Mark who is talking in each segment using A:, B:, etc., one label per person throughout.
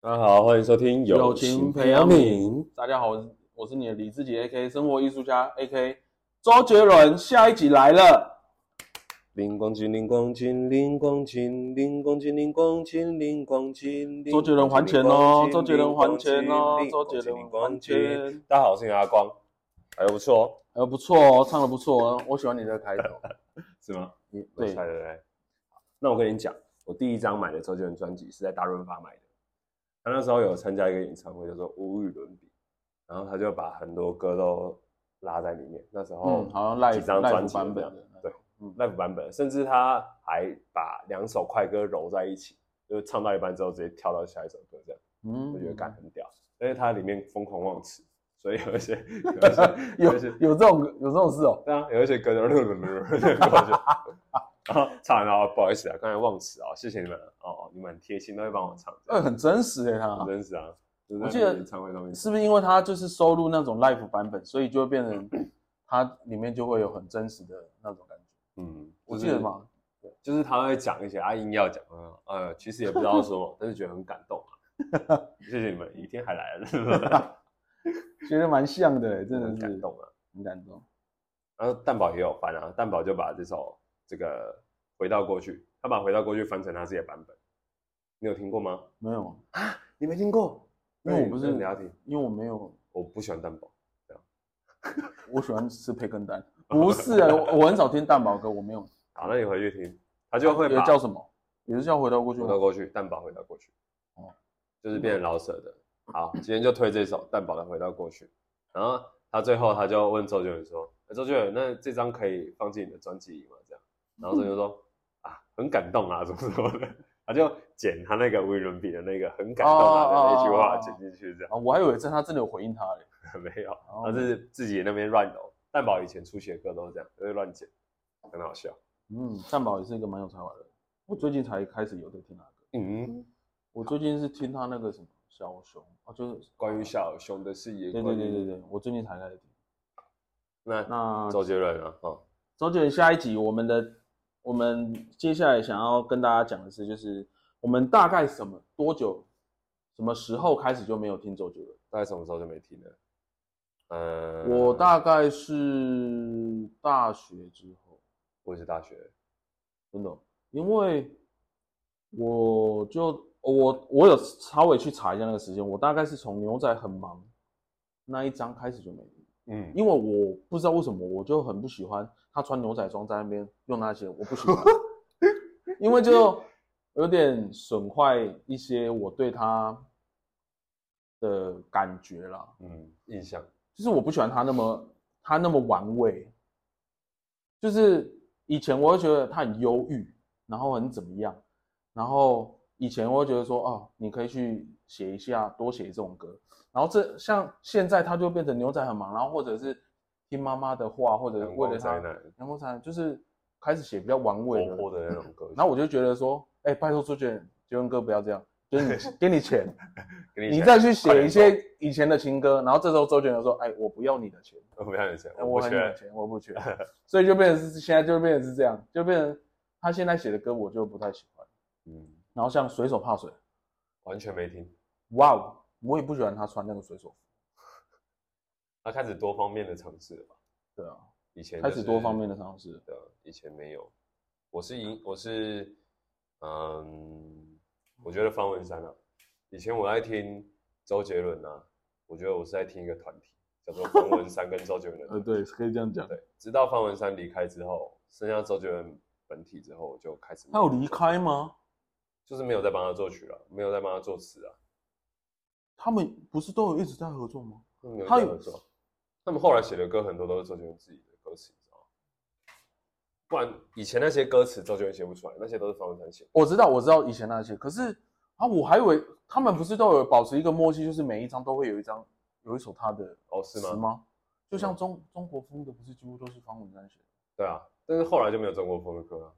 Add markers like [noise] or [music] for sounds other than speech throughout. A: 好，欢迎收听
B: 友情培养
A: 皿。
B: 大家好，我是我是你的李志杰 A K 生活艺术家 A K 周杰伦，下一集来了。
A: 灵光金，灵光金，灵光金，灵光金，灵光金，灵光金。
B: 周杰伦还钱哦周杰伦还钱哦周杰伦还钱
A: 大家好，我是你的阿光，还不错哦，
B: 呃，不错哦，唱的不错哦，我喜欢你的开
A: [laughs]
B: 头。
A: 是吗？你
B: 对
A: 对对对。那我跟你讲，我第一张买的周杰伦专辑是在大润发买的。他那时候有参加一个演唱会，叫做《无与伦比》，然后他就把很多歌都拉在里面。那时候
B: 嗯，好像 live
A: 几张专
B: live
A: 辑
B: 版本
A: 这样
B: 的，
A: live 版本，甚至他还把两首快歌揉在一起，就是唱到一半之后直接跳到下一首歌，这样
B: 嗯
A: 我觉得感很屌。但是它里面疯狂忘词，所以有一些有
B: 有
A: 一些有一些
B: 有这种有这种事哦。
A: 对啊，有一些歌就 [laughs] 然后唱完然后不好意思啊，刚才忘词啊，谢谢你们哦，你们很贴心，都会帮我唱，
B: 呃，很真实诶，他
A: 很真实啊。就是在
B: 我记得
A: 演唱会上面，
B: 是不是因为他就是收录那种 live 版本，所以就会
A: [clears throat]
B: 变成它里面就会有很真实的那种感觉？
A: 嗯，
B: 我
A: 就
B: 记
A: 是
B: 得嘛，
A: 就是他会讲一些他硬要讲，嗯呃，其实也不知道说什
B: [laughs]
A: 么，但是觉得很感动啊。谢谢你们，一天还来了，
B: 觉得蛮像的诶，真的
A: 很
B: 是
A: 感动啊。
B: 很感动。
A: 然后蛋宝也有翻啊，蛋宝就把这首这个回到过去，他把回到过去翻成他自己的版本，你有听过吗？
B: 没有，
A: 你没听过？
B: 因为我不是
A: 你要听，
B: 因为我没有
A: 我不喜欢蛋宝，
B: 我喜欢吃培
A: [laughs]
B: 根蛋，不是啊，我我很少听蛋堡歌，我没有。
A: 好，那你回去听，他 [laughs] 就会
B: 也
A: 把
B: 叫什么？也是叫回到过去
A: 回
B: 吗
A: 到？过去，蛋堡回到过去，
B: 哦嗯
A: 就是变成老舍的。好，今天就推这首蛋堡的《回到过去》，然后他最后他就问周杰伦说：“欸周杰伦，那这张可以放进你的专辑里吗？”这样，然后周杰伦说：“啊，很感动啊，怎么怎么的。”他就剪他那个无与伦比的那个很感动啊的那句话
B: 哦哦哦哦
A: 剪进去，这样
B: 啊，我还以为是他真的有回应他嘞。
A: [laughs] 没有，
B: 哦
A: 他是自己那边乱揉。蛋堡以前出写歌都是这样，都会乱剪，很好笑。
B: 嗯，蛋堡也是一个蛮有才华的人。我最近才开始有在听他的歌，
A: 嗯，
B: 我最近是听他那个什么小熊啊，就是
A: 关于小熊的事业，
B: 对对对对对，我最近才开始听。
A: 那
B: 那
A: 周杰伦啊，哦，
B: 周杰伦下一集，我们的我们接下来想要跟大家讲的是，就是我们大概什么多久、什么时候开始就没有听周杰伦？
A: 大概什么时候就没听了？呃，
B: 我大概是大学之后，
A: 我也是大学，
B: 真的，因为我就我我有稍微去查一下那个时间，我大概是从牛仔很忙那一章开始就没听，
A: 嗯，
B: 因为我不知道为什么，我就很不喜欢他穿牛仔装在那边用那些，我不喜欢，因为就有点损坏一些我对他的感觉啦。
A: 嗯，印象，
B: 就是我不喜欢他那么他那么玩味，就是以前我会觉得他很忧郁，然后很怎么样，然后以前我会觉得说哦，你可以去写一下，多写这种歌，然后这像现在他就变成牛仔很忙，然后或者是听妈妈的话，或者
A: 很
B: 为了
A: 灾
B: 他
A: 难，
B: 阳光灿烂，就是开始写比较玩味
A: 活
B: 的，
A: 泼的那种歌曲。
B: 然后我就觉得说，哎、拜托周杰伦，杰伦哥不要这样，就是你给你钱，
A: 给
B: 你
A: 钱
B: 再去写一，
A: 快点
B: 些以前的情歌，然后这时候周杰伦说：“哎，我不要你的钱，
A: 走我不要你钱，
B: 哎
A: 我
B: 我
A: 不
B: 很
A: 缺，
B: 有钱，我
A: [laughs]
B: 不缺。”所以就变成是现在就变成是这样，就变成他现在写的歌我就不太喜欢。
A: 嗯，
B: 然后像水手怕水，
A: 完全没听。
B: 哇哦，我也不喜欢他穿那个水手服。
A: 他开始多方面的尝试了吧？
B: 对啊，
A: 以前
B: 开
A: 就
B: 始
A: 是
B: 多方面的尝试。
A: 对啊，以前没有。我是因我是嗯，我觉得方文山啊，以前我在听周杰伦啊，我觉得我是在听一个团体叫做方文山跟周杰伦的团体。
B: 呃，对，可以这样讲。
A: 对，直到方文山离开之后，剩下周杰伦本体之后，我就开始
B: 他有离，开吗？
A: 就是没有再帮他作曲了，没有再帮他作词啊，
B: 他们不是都有一直在合作吗？
A: 没有
B: 他
A: 再
B: 有
A: 合作。他们后来写的歌很多都是周杰伦自己的歌词，你知道吗？不然以前那些歌词周杰伦写不出来，那些都是方文山写的。
B: 我知道，我知道以前那些，可是啊，我还以为他们不是都有保持一个默契，就是每一张都会有一张有一首他的
A: 哦，是
B: 词
A: 吗？嗯
B: 吗？就像中中国风的，不是几乎都是方文山写的？
A: 对啊，但是后来就没有中国风的歌啊了。
B: 哦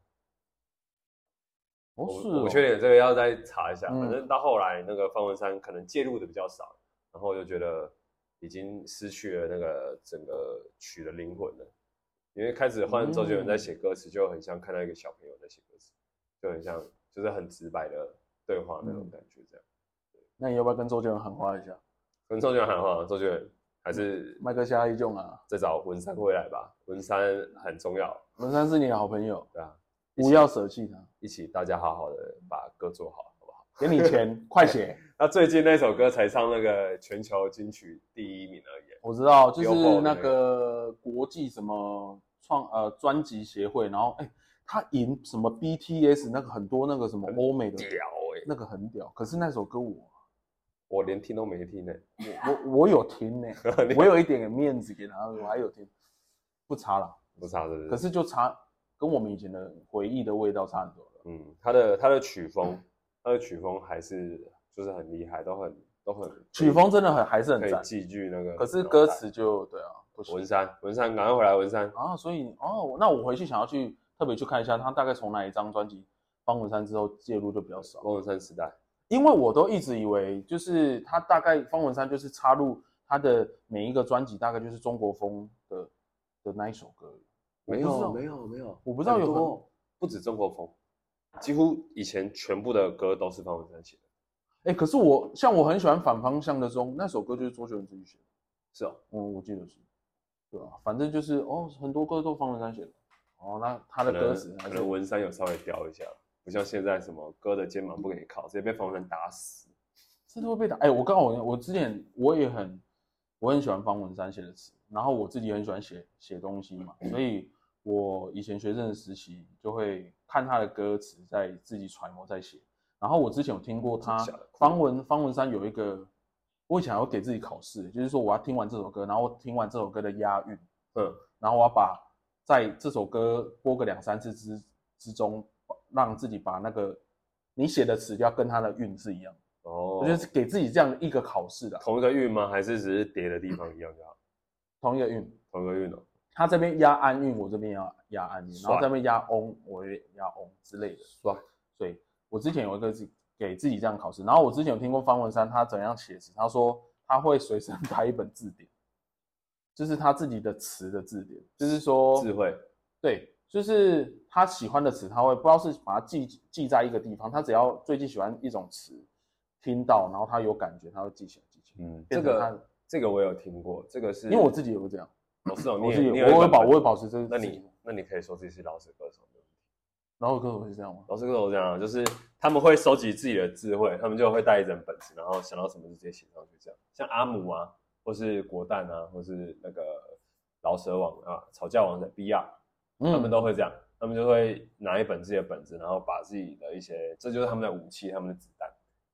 A: 我
B: 是哦
A: 我确定这个要再查一下，
B: 嗯
A: 反正到后来那个方文山可能介入的比较少，然后就觉得已经失去了那个整个曲的灵魂了，因为开始换周杰伦
B: 嗯
A: 在写歌词，就很像看到一个小
B: 嗯
A: 朋友在写歌词，就很像就是很直白的对话那种感觉这样。对
B: 那你要不要跟周杰伦喊话一下？
A: 跟周杰伦喊话，周杰伦还是
B: 麦克夏一众啊，
A: 再找文山回来吧，文山很重要，
B: 文山是你的好朋友，
A: 对啊，
B: 不要舍弃他，
A: 一起大家好好的把歌做好，好不好？
B: 给你
A: [laughs]
B: 钱，快写。
A: 那最近那首歌才上那个全球金曲第一名而已，
B: 我知道，就
A: 流
B: 是
A: 报的
B: 那
A: 那
B: 个国际什么创呃专辑协会，然后哎、他赢什么 BTS 那个很多那个什么欧美的
A: 屌哎、
B: 那个很屌，可是那首歌我
A: 我连听都没听呢、欸
B: 我我有听呢、
A: [laughs] 你
B: 我有一点面子给他，我还有听，不差啦，
A: 不差是不是？
B: 可是就差跟我们以前的回忆的味道差很多了。
A: 嗯，他的他的曲风，他的曲风还是就是很厉害，都很都很
B: 曲风真的很还是
A: 可
B: 很
A: 以
B: 赞，
A: 寄居那个。
B: 可是歌词就对啊不行
A: 文山，文山赶快回来，文山。
B: 啊，所以哦，那我回去想要去特别去看一下他大概从哪一张专辑方文山之后介入就比较少。
A: 汪文山时代，
B: 因为我都一直以为，就是他大概方文山就是插入他的每一个专辑，大概就是中国风的的那一首歌。我不
A: 没
B: 知道
A: 有没有没有，
B: 我不知道有
A: 很
B: 很
A: 多不止中国风，几乎以前全部的歌都是方文山写的。
B: 哎，可是我像我很喜欢反方向的钟那首歌，就是周杰伦自己写的。
A: 是哦，
B: 嗯，我记得是，对啊，反正就是哦，很多歌都方文山写的。哦，那他的
A: 可
B: 歌
A: 能
B: 词还
A: 可
B: 是
A: 能文山有稍微雕一下，不像现在什么歌的肩膀不给你靠，直接被方文山打死。
B: 这都会被打。哎，我刚好我我之前我也很我很喜欢方文山写的词，然后我自己很喜欢写写东西嘛，所以我以前学生的时期就会看他的歌词，在自己揣摩在写。然后我之前有听过他
A: 真假的
B: 方文方文山有一个，我以前还要给自己考试，就是说我要听完这首歌，然后我听完这首歌的押韵，呃
A: 嗯，
B: 然后我要把在这首歌播个两三次之之中，让自己把那个你写的词要跟他的韵是一样的。
A: 哦，
B: 我觉得是给自己这样一个考试的啊，
A: 同一个韵吗？还是只是叠的地方一样就好？
B: 同一个韵。
A: 同一个韵哦，
B: 他这边押安韵，我这边也要押安韵，然
A: 帅
B: 后这边押翁，我也押翁之类的。
A: 帅。
B: 所以我之前有一个自己给自己这样考试，然后我之前有听过方文山他怎样写词，他说他会随身带一本字典，就是他自己的词的字典，就是说
A: 智慧。
B: 对，就是他喜欢的词，他会不知道是把它记记在一个地方，他只要最近喜欢一种词，听到然后他有感觉，他会记起来记起来。
A: 嗯，这
B: 变成他
A: 个这个我有听过，这个是
B: 因为我自己也会这样。
A: 我是哦，你
B: 我
A: 也
B: 是有
A: 你
B: 我会
A: 一本
B: 保
A: 本
B: 我会保持这个
A: 那
B: 自己
A: 你那你可以说自己是老式歌手没有问题
B: 然后歌手是这样吗？
A: 老式歌手这样啊，就是他们会收集自己的智慧，他们就会带一整本子，然后想到什么就直接写上去，这样。像阿姆啊，或是国蛋啊，或是那个老蛇王啊，吵架王的 B R，
B: 嗯
A: 他们都会这样，他们就会拿一本自己的本子，然后把自己的一些，这就是他们的武器，他们的子弹，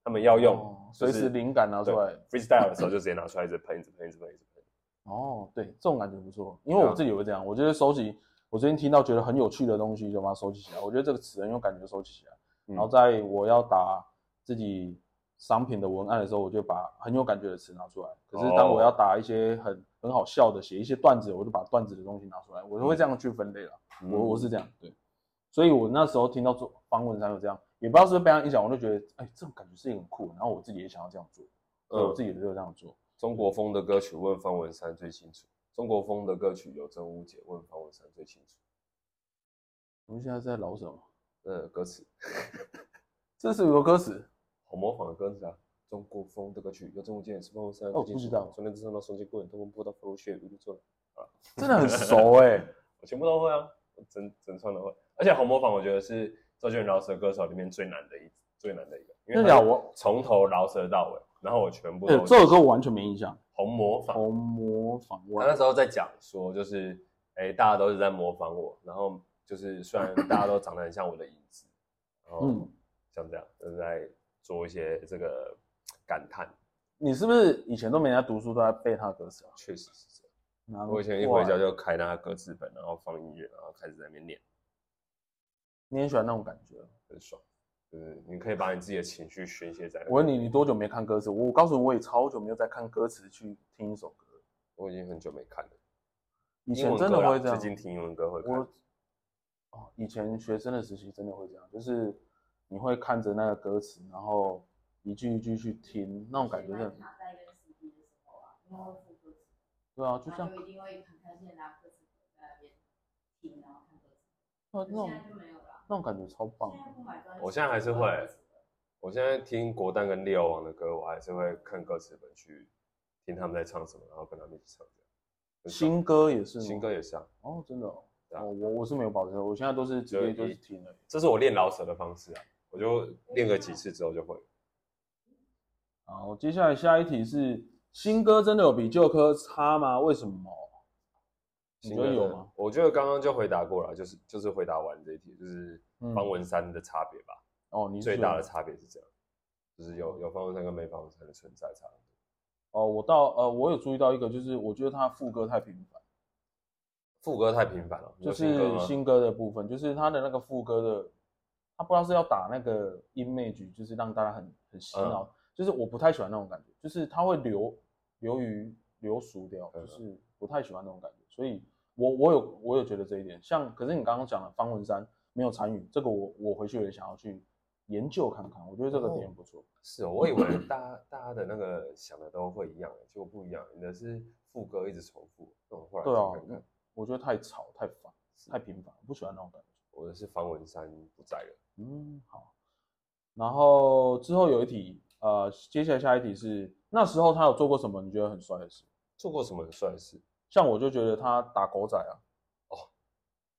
A: 他们要用
B: 哦
A: 就
B: 随
A: 是
B: 时灵感拿出来。
A: freestyle 的时候就直接拿出来，一直喷，一直喷，一直喷，一直喷。
B: 哦，对，这种感觉不错，因
A: 啊
B: 为我自己也会这样。我觉得收集，我最近听到觉得很有趣的东西，就把它收集起来。我觉得这个词很有感觉，收集起来。
A: 嗯
B: 然后在我要打自己商品的文案的时候，我就把很有感觉的词拿出来。可是当
A: 哦
B: 我要打一些很很好笑的，写一些段子，我就把段子的东西拿出来。我就会这样去分类了。
A: 嗯
B: 我我是这样，对。所以我那时候听到做方文山有这样，也不知道是不是被他影响，我就觉得，哎，这种感觉是很酷的。然后我自己也想要这样做，所以
A: 嗯
B: 我自己也就这样做。
A: 中国风的歌曲问方文山最清楚，中国风的歌曲有真无解问方文山最清楚。
B: 我们现在是在聊什么？
A: 呃，歌词
B: 这是有个歌词，
A: 好模仿的歌词啊。中国风的歌曲有真无解是方文山
B: 哦
A: 最清
B: 不知
A: 楚。
B: 道
A: 昨天只上到双截棍，东风破到佛如雪，一路做了。
B: 真的
A: [laughs]
B: 很熟哎、
A: 啊我全部都会啊，我整整串都会。啊而且好模仿，我觉得是周杰伦饶舌歌手里面最难的一最难的一个，因为他
B: 真的假的我
A: 从头饶舌到尾，然后我全部
B: 哎、
A: 都
B: 这首歌我完全没印象。
A: 红模仿。
B: 好模仿我
A: 他啊那时候在讲说，就是哎、诶大家都是在模仿我，然后就是虽然大家都长得很像我的影子，然后
B: 嗯
A: 像这样就是在做一些这个感叹，
B: 你是不是以前都没人家读书都在背他的歌词啊？
A: 确实是这样。
B: 难
A: 我以前一
B: 怪
A: 回家，就开那个歌词本，然后放音乐，然后开始在那边念，
B: 你很喜欢那种感觉。
A: 很爽。就是你可以把你自己的情绪宣泄在那边。
B: 我问你，你多久没看歌词？我告诉你，我也超久没有在看歌词去听一首歌。
A: 我已经很久没看了，
B: 以
A: 英
B: 前
A: 文
B: 真的
A: 歌啦啊
B: 会这样。
A: 最近听英文歌会看。
B: 我哦，以前学生的时期真的会这样，就是你会看着那个歌词，然后一句一句去听，那种感觉真的。
C: 卡带跟 CD 的时候啊，因为会副歌词，
B: 对啊，就
C: 然
B: 像
C: 后就一定会很开心的拿歌词在那边听，然后看歌词。
B: 那
C: 可是
B: 种
C: 现在就没有了。
B: 那种感觉超棒的。
C: 现在不买专辑，
A: 我现在还是会
C: 买歌词了
A: 我现在听国蛋跟猎王的歌，我还是会看歌词本去听他们在唱什么，然后跟他们一起唱这样很爽。
B: 新歌也是吗，
A: 新歌也是啊，
B: 哦，真的哦，
A: 对啊
B: 哦我我是没有保留，我现在都是直接就是听而已。
A: 这是我练老舌的方式啊，我就练个几次之后就会了。
B: 好，接下来下一题是新歌真的有比旧歌差吗？为什么？你
A: 新
B: 觉
A: 歌
B: 得有
A: 呢
B: 吗？？
A: 我觉得刚刚就回答过了，就是就是回答完这一题，就是
B: 嗯
A: 方文山的差别吧。
B: 哦，你是
A: 最大的
B: 觉得
A: 差别是这样，就是有有方文山跟没方文山的存在差很多。
B: 哦，我到呃，我有注意到一个，就是我觉得他副歌太频繁，
A: 副歌太频繁了，你
B: 就
A: 说新歌
B: 是
A: 吗？
B: 新歌的部分，就是他的那个副歌的，他不知道是要打那个 image，就是让大家很很洗
A: 嗯
B: 脑，就是我不太喜欢那种感觉，就是他会流流于流俗掉，
A: 嗯
B: 就是不太喜欢那种感觉，所以我我有我有觉得这一点，像可是你刚刚讲的方文山没有参与，这个我我回去也想要去研究看看，我觉得这个点不错，
A: 是哦，我以为大家大家的那个想的都会一样，欸结果不一样。你的是副歌一直重复，那我后来
B: 对啊
A: 去看看，
B: 我觉得太吵太烦太频繁，不喜欢那种感觉。
A: 我的是方文山不在了。
B: 嗯，好。然后之后有一题，呃，接下来下一题是那时候他有做过什么你觉得很帅的事？
A: 做过什么很帅的事？
B: 像我就觉得他打狗仔啊，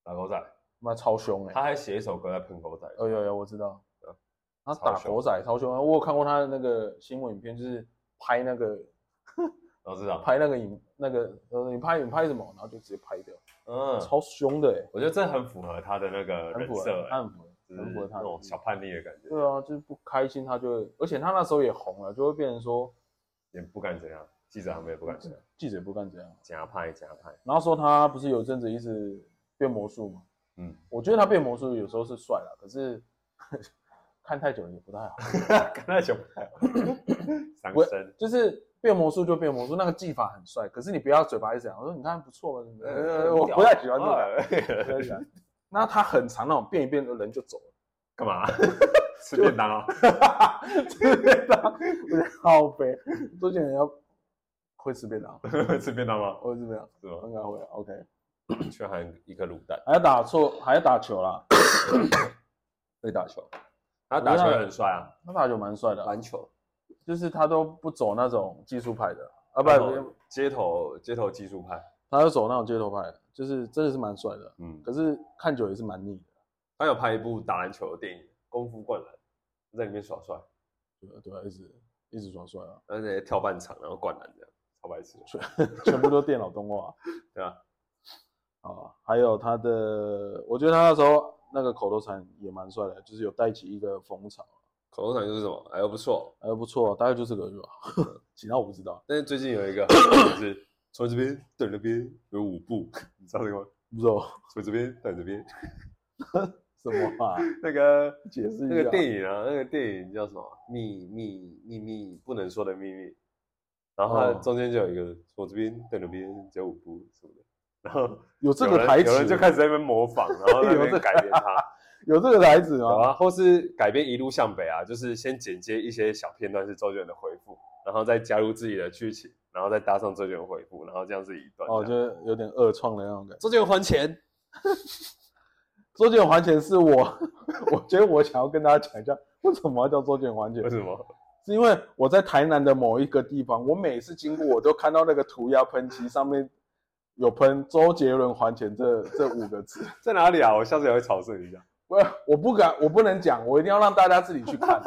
A: 打狗仔，
B: 妈超凶哎、
A: 他还写一首歌在喷狗仔。
B: 哦，有有，我知道
A: 嗯，
B: 他
A: 超
B: 打
A: 凶
B: 狗仔超凶，啊我有看过他的那个新闻影片，就是拍那个
A: 我知道，
B: 拍那个影那个呃，你拍你拍什么，然后就直接拍掉，
A: 嗯，
B: 超凶的哎、
A: 我觉得这很符合他的那个
B: 欸，很
A: 人
B: 符合
A: 设，，
B: 他很符合，
A: 就是
B: 很符合他
A: 那
B: 的
A: 种
B: 意
A: 小
B: 思
A: 叛逆的感觉，
B: 对啊，就是不开心他就会，而且他那时候也红了，就会变成说
A: 也不敢怎样，记者他们也不敢怎样， [laughs]
B: 记者不干这样。
A: 假派假派，
B: 然后说他不是有一阵子一直变魔术嘛，
A: 嗯，
B: 我觉得他变魔术有时候是帅啦，可是 [laughs] 看太久了也不太好。
A: 跟他小派， [laughs] 三
B: 我
A: 声，
B: 就是变魔术就变魔术，那个技法很帅，可是你不要嘴巴一直讲，我说你看不错嘛，
A: 呃
B: 呃，我不太喜欢这种
A: 这
B: 不太喜欢。那他很长那种变一变人就走 [laughs] 了，
A: [laughs] 干嘛？ [laughs] 吃便当啊？ [laughs]
B: 吃便当，我觉得好悲。周杰伦要会吃便当，
A: 吃便当吗？
B: 会吃便当，
A: 是吗？
B: 应该会啊。OK，
A: 缺含一颗卤蛋。
B: 还要打错，还要打球 [coughs] 啦，
A: 会打球，他打球也很帅啊，
B: 他打球蛮帅的啊，
A: 球
B: 就是他都不走那种技术派的啊，
A: 啊
B: 不不，
A: 不，街头街头技术派，
B: 他就走那种街头派，就是真的是蛮帅的，
A: 嗯，
B: 可是看久也是蛮腻的，
A: 他有拍一部打篮球的电影《功夫灌篮》，在里面耍帅，
B: 对啊对啊，一直一直耍帅啊，
A: 而且跳半场然后灌篮这样，超白痴的。
B: 全部都电脑动画，
A: [laughs] 对啊，
B: 啊，还有他的，我觉得他那时候那个口头禅也蛮帅的，就是有带起一个风潮，
A: 口头禅就是什么？哎呦不错，
B: 还不错，啊大概就这个吧， [laughs] 其他我不知道，
A: 但是最近有
B: [coughs]
A: 一个就是从这边对那边有五步， [laughs] 你知道这个吗？
B: 不知道
A: 从这边对这边，
B: 什么啊，
A: 那个
B: 解释一下。
A: 那个电影啊，那个电影叫什么？秘密秘密不能说的秘密。然后它
B: 哦
A: 中间就有一个我这边对那边只有五步什么的，然后
B: 有这
A: 有
B: 个
A: 人
B: 台词，
A: 有人就开始在那边模仿，然后在那
B: 有这
A: 边改编它，
B: 有这个台词
A: 有
B: 吗？
A: 啊，或是改编一路向北啊，就是先剪接一些小片段是周杰伦的回复，然后再加入自己的剧情，然后再搭上周杰伦回复，然后这样子一段这样。
B: 哦，就是有点恶创的那种感觉。
A: 周杰伦还钱，
B: 周杰伦还钱是我， [laughs] 我觉得我想要跟大家讲一下，为什么要叫周杰伦还钱
A: 为？什么？
B: 是因为我在台南的某一个地方，我每次经过我都看到那个涂鸦喷漆上面有喷“周杰伦还钱这” [laughs] 这五个字。
A: 在哪里啊？我下次也会朝圣一下。
B: 我我不敢，我不能讲，我一定要让大家自己去看。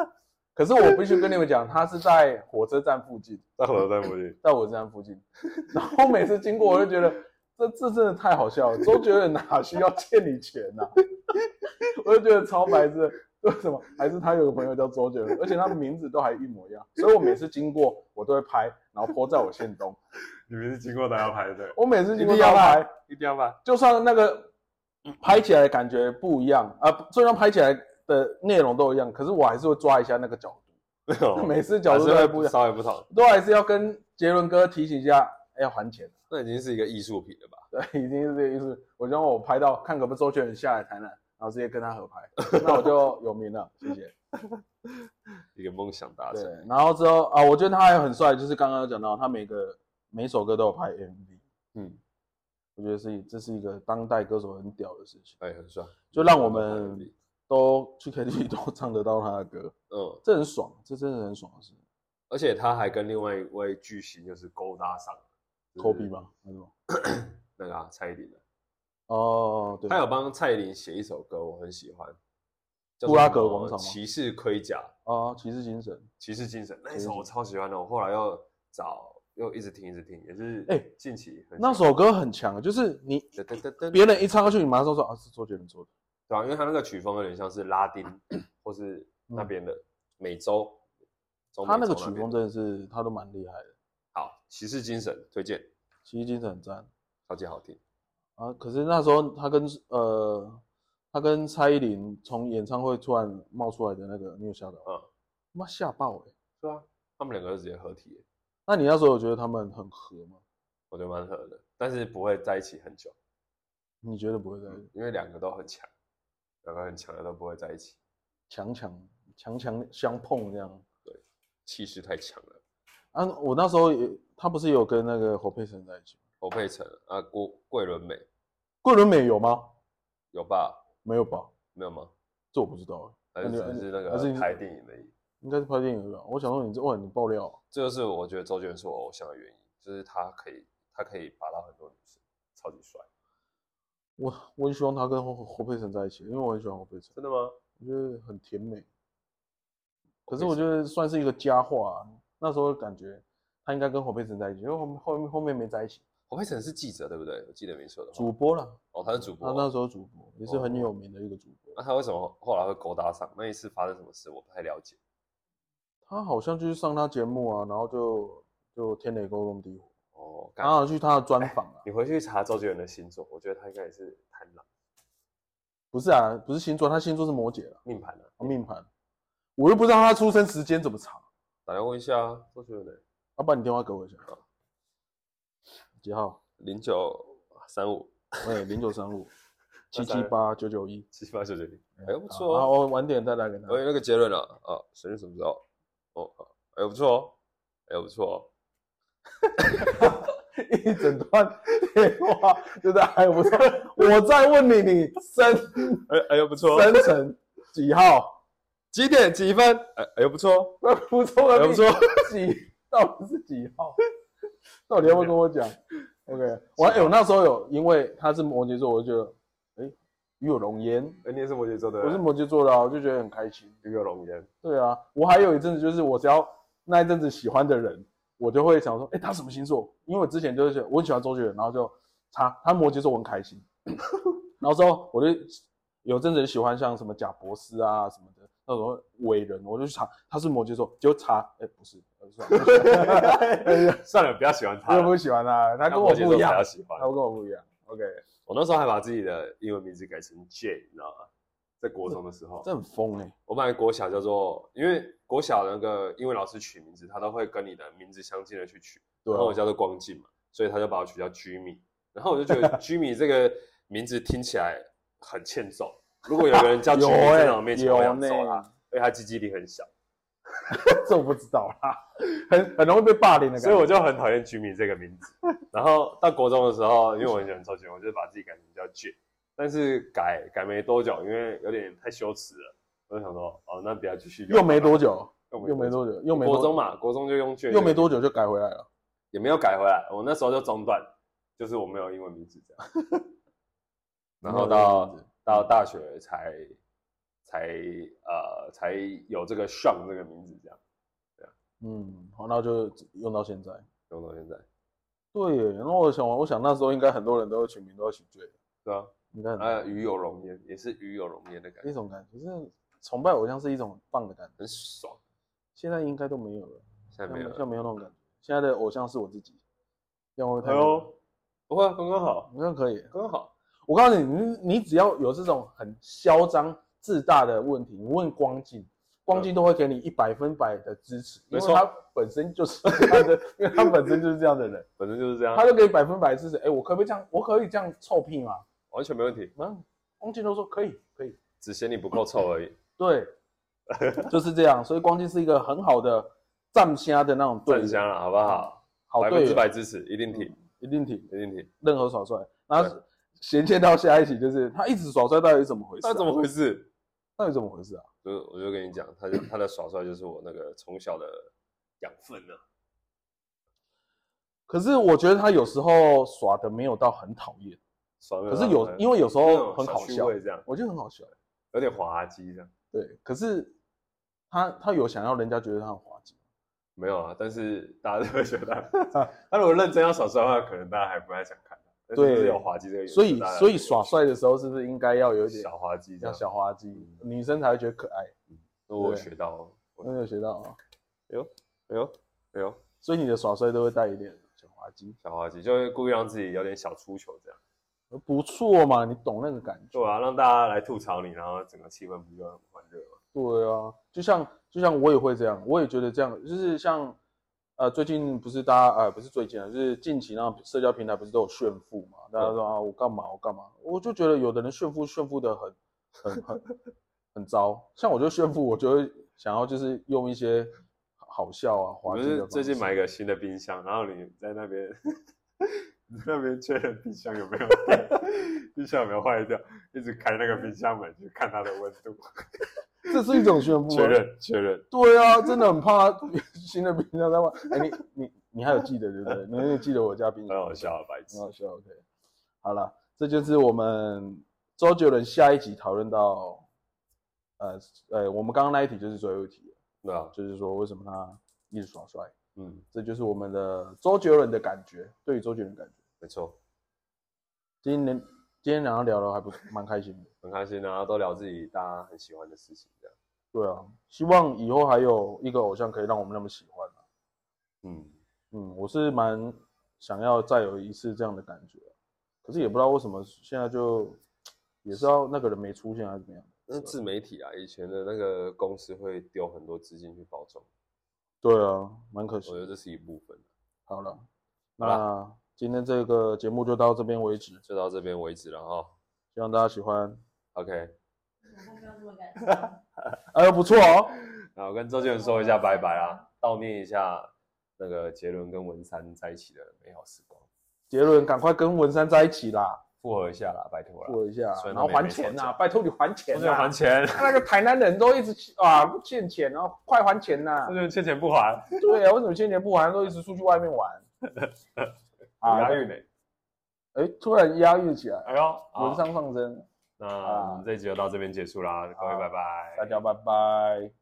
B: 可是我必须跟你们讲，它是在火车站附近，
A: 在火车站附
B: [laughs]
A: 近，
B: 在火车站附近。然后每次经过，我就觉得这这真的太好笑了。周杰伦哪需要欠你钱呐、 [laughs] 我就觉得超白痴的。为什么？还是他有个朋友叫周杰伦，而且他名字都还一模一样，所以我每次经过我都会拍，然后泼在我线东。
A: 你们是经过大家排队，
B: 我每次经过
A: 一定要
B: 都拍，
A: 一定要拍。
B: 就算那个拍起来的感觉不一样啊，虽然拍起来的内容都一样，可是我还是会抓一下那个角度，
A: 哦
B: 每次角度都会不一样，
A: 稍微不同，
B: 都还是要跟杰伦哥提醒一下，哎要还钱。
A: 那已经是一个艺术品了吧？
B: 对，已经是这个意思。我希望我拍到看可不可以周杰伦下来台南，然后直接跟他合拍，那我就有名了，
A: [laughs]
B: 谢谢。
A: 一个梦想达
B: 对
A: 成。，
B: 然后之后啊，我觉得他还很帅，就是刚刚有讲到他每个每首歌都有拍 MV，
A: 嗯，
B: 我觉得是这是一个当代歌手很屌的事情，
A: 哎，很帅。
B: 就让我们都去 KTV 都唱得到他的歌，
A: 嗯，
B: 这很爽，这真的很爽的事。
A: 而且他还跟另外一位巨星就是勾搭上了，
B: 科比？吧，还是什么？
A: 那个、啊、蔡依林的，
B: 哦，对，
A: 他有帮蔡依林写一首歌，我很喜欢，叫
B: 布拉
A: 做什
B: 格
A: 么
B: 广场吗
A: 骑士盔甲，
B: 哦，骑士精神。
A: 骑士精神那一
B: 骑士
A: 首我
B: 精
A: 超喜欢的，我后来又找又一直听一直听，也是
B: 哎
A: 近期很喜欢
B: 那首歌很强，就是你
A: 噔噔噔噔
B: 别人一唱过去，你马上说啊是周杰伦做的。
A: 对啊，因为他那个曲风有点像是拉
B: [clears throat]
A: 丁或是那边的美洲，中美
B: 嗯他那个
A: 洲
B: 曲
A: 边
B: 风真的是他都蛮厉害的，
A: 好，骑士精神推荐，
B: 骑士精神很赞
A: 超级好听。
B: 啊。可是那时候他跟呃他跟蔡依林从演唱会突然冒出来的那个，你有吓到？
A: 嗯，
B: 妈吓爆哎、欸！
A: 对啊，他们两个就直接合体耶，
B: 那你那时候有觉得他们很合吗？
A: 我觉得蛮合的，但是不会在一起很久，
B: 你觉得不会在
A: 因为两个都很强，两个很强的都不会在一起，
B: 强强强强相碰这样？
A: 气势太强了。
B: 啊，我那时候也他不是有跟那个侯佩岑在一起吗？
A: 侯佩岑啊，郭桂纶镁
B: 桂纶镁有吗？
A: 有吧？
B: 没有吧？
A: 没有吗？
B: 这我不知道
A: 还
B: 哎、
A: 是
B: 那
A: 只
B: 你
A: 是那
B: 还是
A: 个
B: 你
A: 拍电影而已。
B: 应该是拍电影的吧？我想说你这哇，你爆料啊、
A: 这就是我觉得周杰伦是我偶像的原因，就是他可以，他可以拔到很多女生，超级帅。
B: 我我很希望他跟侯侯佩岑在一起，因为我很喜欢侯佩岑，
A: 真的吗？
B: 我觉得很甜美。可是我觉得算是一个佳话、啊，那时候感觉他应该跟侯佩岑在一起，因为后面后面后面没在一起。
A: 侯佩岑是记者对不对？我记得没错的话。
B: 主播啦，
A: 哦，他是主播
B: 他
A: 哦。
B: 那时候主播也是很有名的一个主播，
A: 那他为什么后来会勾搭上？那一次发生什么事我不太了解。
B: 他好像就是上他节目啊，然后就就天雷勾动地火，
A: 哦，
B: 然后去他的专访
A: [laughs]
B: 啊，
A: 你回去查周杰伦的星座，我觉得他应该也是贪狼
B: 不是啊，不是星座，他星座是摩羯啦，哦
A: 命盘啊。
B: 命盘，我又不知道他出生时间怎么查，
A: 打电话问一下啊周杰伦的
B: 要不然你电话
A: [laughs]
B: 给我一下，几号？
A: 零九三五
B: 喂，零九三五七七八九九一，
A: 七八九九零，哎不错
B: 好，
A: 哦。
B: 啊我晚点再来给他。
A: 哎，那个杰伦啊，啊，生日什么时候？哦，啊哎不错哦，哎不错哦。
B: 一整段电话就在哎，我在我在问你，你生
A: 哎哎呦不错哦，
B: 生辰几号？
A: 几点几分？哎哎呦不错哦，
B: 那不错
A: 哎
B: 的
A: 不错，
B: 几到底是几号？到底要不要跟我讲？OK，我
A: 啊
B: 还有那时候有，因为他是摩羯座，我就觉得哎，与有容颜，
A: 哎你也是摩羯座的，
B: 我是摩羯座的啊，我就觉得很开心。
A: 鱼有龙颜。
B: 对啊，我还有一阵子就是我只要那一阵子喜欢的人，我就会想说，哎、他什么星座？因为我之前就是我很喜欢周杰伦，然后就查他摩羯座，我很开
A: [laughs]
B: 心。然后之后我就有阵子喜欢像什么贾博士啊什么的那种伟人，我就去查他是摩羯座，结果查，哎、不是，呃算了，
A: [laughs] 算了，不要喜欢他
B: 我
A: 了
B: 就。不喜欢他，他
A: 他
B: 跟我不一样，
A: 喜
B: 他
A: 欢。
B: 跟我不一样。OK，
A: 我那时候还把自己的英文名字改成 J，你知道吗？在国中的时候，
B: 这很疯哎、
A: 我本来国小叫做，因为国小的那个英文老师取名字，他都会跟你的名字相近的去取。
B: 对
A: 然后我
B: 啊，
A: 叫做光进嘛，所以他就把我取叫 Jimmy。然后我就觉得 Jimmy 这个名字听起来很欠揍。如果有个人叫
B: [laughs] 有
A: Jimmy 在
B: 欸
A: 我面前，
B: 有
A: 我想
B: 呢
A: 揍他，因为他鸡鸡力很小，
B: 这我不知道啦，很很容易被霸凌的感觉。
A: 所以我就很讨厌 Jimmy 这个名字。然后到国中的时候，因为我很喜欢周杰伦，我就把自己改成叫 J。但是改改没多久，因为有点太羞耻了，我就想说，哦，那不要继续用
B: 又没多
A: 好了，
B: 久，
A: 又
B: 又没
A: 没多久，
B: 多久，又没多
A: 国中嘛，国中就用 J，
B: 又没多
A: 久。
B: 久就改回来了。
A: 也没有改回来，我那时候就中断，就是我没有英文名字这样。 [laughs] 然后
B: 没有英文
A: 到
B: 名字
A: 到大学才才呃才有这个 Sean 这个名字这样，
B: 嗯，好，那就用到现在。
A: 用到现在，
B: 对耶，然后我想，我想那时候应该很多人都会取名都要取醉，
A: 对啊，
B: 应该很、
A: 还有鱼有龙烟，也是鱼有龙烟的感
B: 一
A: 觉，
B: 种感觉，就是崇拜偶像是一种很棒的感觉。
A: 很爽。
B: 现在应该都没有了，
A: 现在没有
B: 像
A: 了，
B: 没有那种感觉。现在的偶像是我自己，这样会不会
A: 哎
B: 太？
A: 呦，，不会啊，刚刚好，
B: 好像可以。
A: 刚刚好，
B: 我告诉你，你你只要有这种很嚣张自大的问题，你问光进，光进都会给你一百分百的支持，
A: 嗯
B: 因
A: 没
B: 为
A: 错
B: 他本身就是这样的， [laughs] 因为他本身就是这样的人。
A: 反正就是这样
B: 他，就给你百分百支持。哎、我可不可以这样？我可以这样臭屁吗？
A: 完全没问题，
B: 嗯，光进都说可以，可以，
A: 只嫌你不够臭而已。 [laughs]
B: 对，就是这样。所以光进是一个很好的站虾的那种队
A: 正
B: 友，
A: 香了，好不好？
B: 好
A: 百分
B: 队
A: 之
B: 友，
A: 百支持，一定挺，
B: 一定挺
A: 一定挺。
B: 任何耍帅。然后
A: 对
B: 衔接到下一题，就是他一直耍帅到底是怎么回事、啊
A: 那怎么？回事？
B: 到底怎么回事啊？
A: 就是我就跟你讲，他就他的耍帅就是我那个从小的养分啊。
B: 可是我觉得他有时候耍的没有到很讨厌，
A: 耍啊没
B: 可是
A: 到
B: 有
A: 很
B: 因为有时候
A: 那种
B: 很
A: 小
B: 好
A: 趣
B: 笑
A: 味这样
B: 我觉得很好笑。欸
A: 有点滑稽这样。
B: 对，可是他他有想要人家觉得他很滑稽，
A: 没有啊，但是大家都会觉得
B: [laughs]
A: 他，他如果认真要耍帅的话，可能大家还不太想看他。但是
B: 对
A: 就是有滑稽这个元素，
B: 所以
A: 大家
B: 所以耍帅的时候是不是应该要有一点
A: 小嗯滑稽这
B: 要
A: 样。
B: 小滑稽，女生才会觉得可爱？
A: 那我有
B: 对
A: 学到哦，我
B: 我有学到啊，
A: 哎呦哎呦，
B: 所以你的耍帅都会带一点小滑稽，
A: 小滑稽就会故意让自己有点小出糗这样。
B: 不错嘛，你懂那个感觉。
A: 对啊，让大家来吐槽你，然后整个气氛不就很欢乐吗？
B: 对啊，就像就像我也会这样，我也觉得这样，就是像呃，最近不是大家呃，不是最近啊，就是近期那社交平台不是都有炫富嘛？大家说啊，我干嘛我干嘛？我就觉得有的人炫富炫富的很很很很糟，像我就炫富，我就会想要就是用一些好笑啊、
A: 我
B: 滑
A: 就
B: 稽的
A: 是
B: 方
A: 最近
B: 式
A: 买一个新的冰箱，然后你在那边 [laughs] 你在那边确认冰箱有没有 [laughs] 冰箱有没有坏掉，一直开那个冰箱门去看它的温
B: [laughs]
A: 度，
B: 这是一种炫富吗啊
A: 确认确认。
B: 对啊，真的很怕 [laughs] 新的冰箱在外。哎、你你你还有记得对不对？你还有记得我家冰箱？
A: 很好笑，啊白痴
B: 很。好笑。OK，好了，这就是我们周杰伦下一集讨论到，呃呃，我们刚刚那一题就是最后一题了，
A: 对啊，
B: 就是说为什么他一直耍帅，
A: 嗯，
B: 这就是我们的周杰伦的感觉，对于周杰伦的感觉。
A: 没错，
B: 今天今天两个聊的还不蛮开心的，
A: 很开心啊，都聊自己大家很喜欢的事情，这样。
B: 对啊，希望以后还有一个偶像可以让我们那么喜欢啊、
A: 嗯，
B: 嗯，我是蛮想要再有一次这样的感觉啊，可是也不知道为什么现在就也是要那个人没出现还是怎么样。
A: 那自媒体啊，以前的那个公司会丢很多资金去包装，
B: 对啊，蛮可惜
A: 我觉。得这是一部分。
B: 好了，
A: 好
B: 那今天这个节目就到这边为止，
A: 就到这边为止了哈。
B: 希望大家喜欢。
A: OK，
C: 我目标这么啊感觉。
B: 哎呦，不错哦，
A: 那我跟周杰伦说一下拜拜啦，悼念一下那个杰伦跟文山在一起的美好时光，
B: 杰伦，赶快跟文山在一起啦，
A: 复合一下啦，拜托
B: 过
A: 啦。
B: 一下，
A: 虽然
B: 然
A: 他
B: 后
A: 们也
B: 还
A: 没
B: 钱
A: 吵
B: 呐，
A: 架
B: 拜托你还钱
A: 周杰伦还
B: 呐。
A: 钱，
B: 那个台南人都一直啊不欠钱啊，快还钱呐
A: [laughs] 周！杰伦欠钱不还，
B: 对啊，为什么欠钱不还，都一直出去外
A: [laughs]
B: 面玩？啊，
A: 押韵呢。欸
B: 哎，突然押韵起来，
A: 哎呦，好
B: 文山上升，
A: 那我们这一集就到这边结束啦，各位拜拜，
B: 大家拜拜。